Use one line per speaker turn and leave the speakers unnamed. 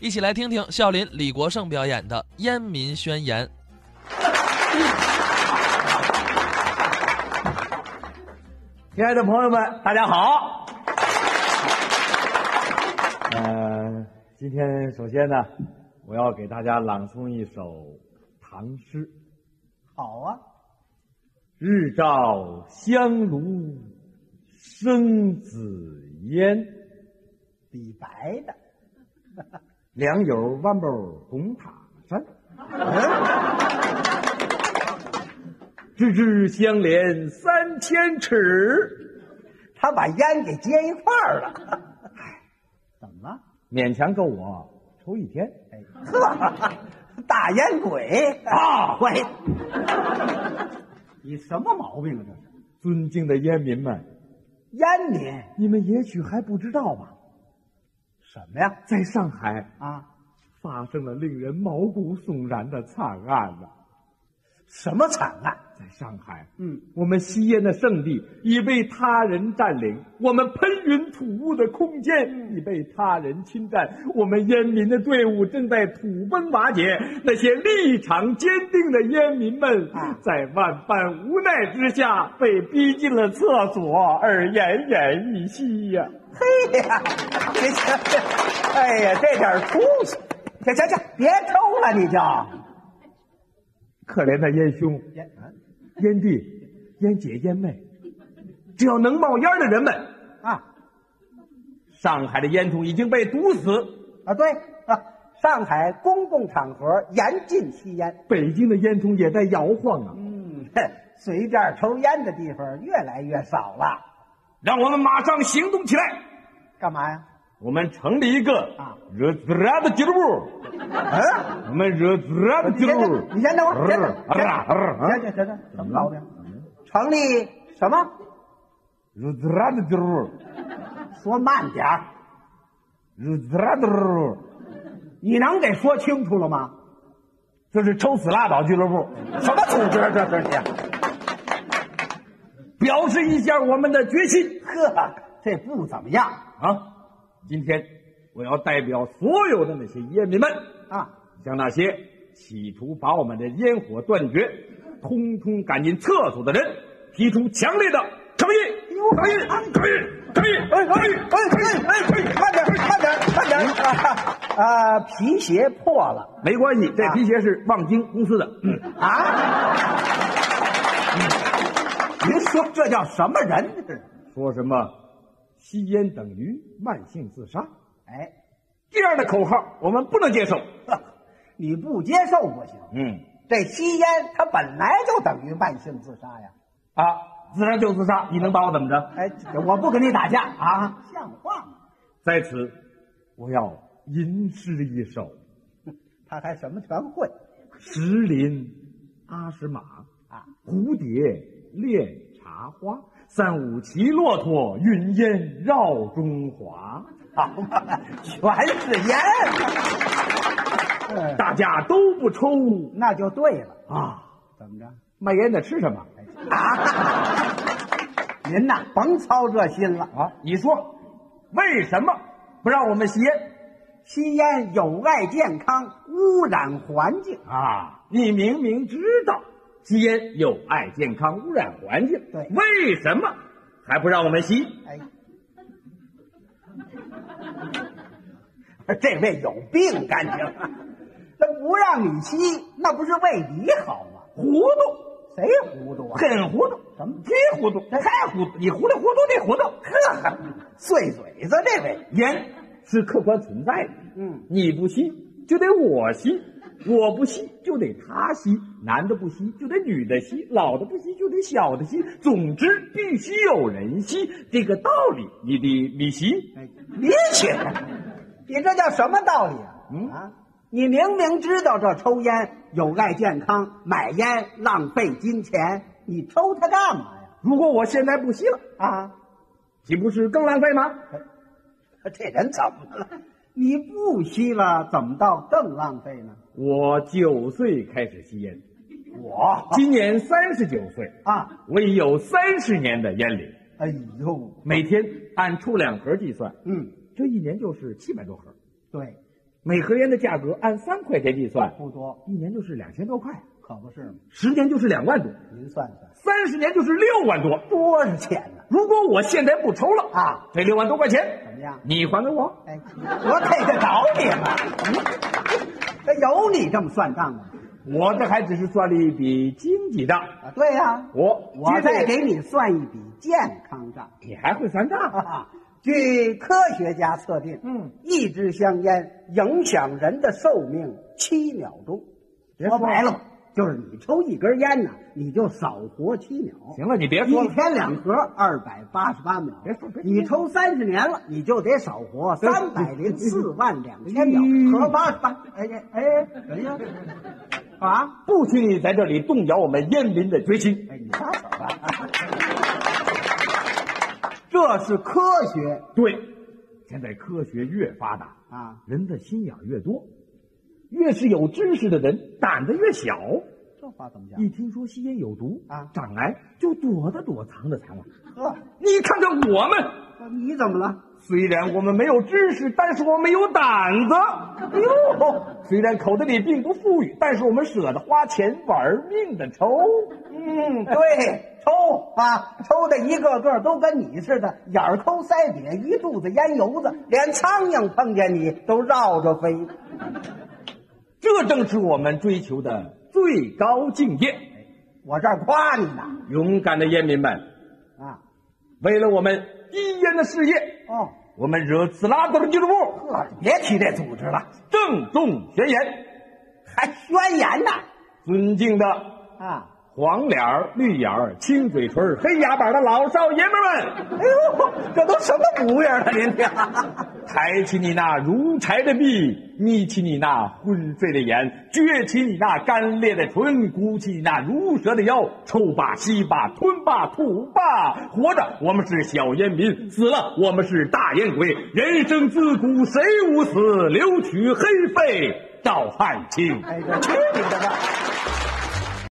一起来听听笑林李国盛表演的《烟民宣言》。
亲爱的朋友们，大家好。呃，今天首先呢，我要给大家朗诵一首唐诗：
好啊，
日照香炉生紫烟，
李白 的，
良友万步红塔山。枝枝相连三千尺，
他把烟给接一块儿了。
哎
怎么了？
勉强够我抽一天。
哎，呵，大烟鬼啊！喂，你什么毛病啊？这是
尊敬的烟民们，
烟民
你们也许还不知道吧，
什么呀？
在上海
啊，
发生了令人毛骨悚然的惨案呢、
什么惨案？
在上海，
嗯，
我们吸烟的圣地已被他人占领，我们喷云吐雾的空间已被他人侵占，我们烟民的队伍正在土崩瓦解。那些立场坚定的烟民们
啊，
在万般无奈之下被逼进了厕所，而奄奄一息呀、
嘿呀，这这，哎呀，这点出息，行行行，别抽了，你就
可怜的烟兄、
烟啊
烟弟、烟姐、烟妹，只要能冒烟的人们，
啊
上海的烟囱已经被堵死。
啊！对啊，上海公共场合严禁吸烟。
北京的烟囱也在摇晃啊！
嗯，哼随便抽烟的地方越来越少了，
让我们马上行动起来！
干嘛呀？
我们成立一个
啊
惹孜然的俱乐部，
嗯，
我们惹孜然的
你
俱
先
乐
等
部。
你先等会儿，先等
啊啊啊
会儿，先等，先等，什么毛病？成立什么？
惹孜然的俱乐部，
说慢点儿，
惹孜然的俱乐部，
你能给说清楚了吗？
就是抽死拉倒俱乐部，
什么组织？啊这是你？
表示一下我们的决心
呵，这不怎么样
啊！今天我要代表所有的那些烟民们，
啊！
向那些企图把我们的烟火断绝、通通赶进厕所的人，提出强烈的抗议！抗议！抗议！抗议！
哎哎哎哎哎，慢点，慢点，慢点！啊，呃皮鞋破了
没关系，这
啊
皮鞋是望京公司的。嗯
啊！您说这叫什么人？这是？
说什么吸烟等于慢性自杀
哎，
这样的口号，我们不能接受。
呵你不接受不行。
嗯，
这吸烟它本来就等于慢性自杀呀！
啊，自杀就自杀，你能把我怎么着？
哎，我不跟你打架啊，像话吗？
在此，我要吟诗一首：
他还什么全会
石林阿诗玛，
啊？
蝴蝶恋茶花，三五骑骆驼，云烟绕中 华。
好嘛，全是烟。嗯，
大家都不抽
那就对了。
啊，
怎么着？
卖烟的吃什么？哎
您呐，甭操这心了。
啊，你说为什么不让我们吸烟
吸烟有害健康，污染环境。
啊？你明明知道吸烟有害健康、污染环境，
对
为什么还不让我们吸？
哎， 这位有病，干净。那不让你吸，那不是为你好吗？
糊涂，
谁糊 涂啊？
很糊涂，
怎么
这糊涂，太糊涂，你糊里糊涂，那 糊涂。
呵， 碎嘴子这位，
烟是客观存在的，
嗯，
你不吸就得我吸，我不吸就得他吸，男的不吸就得女的吸，老的不吸就得小的吸，总之必须有人吸，这个道理你得你吸。
你哎去，你这叫什么道理啊？
嗯
啊，你明明知道这抽烟有害健康，买烟浪费金钱，你抽它干嘛呀？
如果我现在不吸了，
啊，
岂不是更浪费吗？
这人怎么了？你不吸了，怎么倒更浪费呢？
我九岁开始吸烟，
我
今年三十九岁，
啊，
我已有三十年的烟龄，
哎呦，
每天按出两盒计算，
嗯，
这一年就是七百多盒。
对，
每盒烟的价格按三块钱计算，
不多，
一年就是两千多块，
可不是吗？
十年就是两万多，
您算算
三十年就是六万多。
多少钱呢？
如果我现在不抽了
啊，
这六万多块
怎
钱
么样？
你还给我，
哎，我逮得着你了！这有你这么算账的吗？
我这还只是算了一笔经济账，
啊，对呀、
我
我
接着
再给你算一笔健康账。
你还会算账？
啊，据科学家测定，
嗯，
一支香烟影响人的寿命七秒钟。
别
说
说
白
了
了，就是你抽一根烟呢，你就少活七秒。
行了，你别说
一
了，
天两盒，二百八十八秒。
别说别说
你抽三十年了，你就得少活
别
三百零四万两千
嗯
秒，合八十八。哎呀，哎，怎么样？啊？
不许你在这里动摇我们烟民的决心。
哎，你撒手吧！ 这是科学
对，现在科学越发达，
啊，
人的心眼儿越多，越是有知识的人胆子越小。
这话怎么讲
一听说吸烟有毒
啊
长癌就躲的躲，藏的藏了。
呵，
你看看我们，
你怎么了？
虽然我们没有知识，但是我们有胆子。哎呦，虽然口袋里并不富裕，但是我们舍得花钱，玩命的抽。
嗯，对，抽啊，抽的一个个都跟你似的，眼儿抠腮瘪，一肚子烟油子，连苍蝇碰见你都绕着飞。
这正是我们追求的最高境界。
我这儿夸你呢
勇敢的烟民们，
啊！
为了我们一烟的事业，
哦，
我们惹次拉德俱乐部
呵，别提这组织了，
郑重宣言，
还宣言呢
尊敬的
啊！
黄脸儿、绿眼儿、青嘴唇儿、黑牙板的老少爷们
哎呦，这都什么模样了？您这，
们，啊抬起你那如柴的臂，眯起你那昏睡的眼，撅起你那干裂的唇，鼓起你那如蛇的腰，抽吧、吸吧、吞吧、吐吧，活着我们是小烟民，死了我们是大烟鬼。人生自古谁无死，留取黑肺照汗青。
哎，这去你的吧！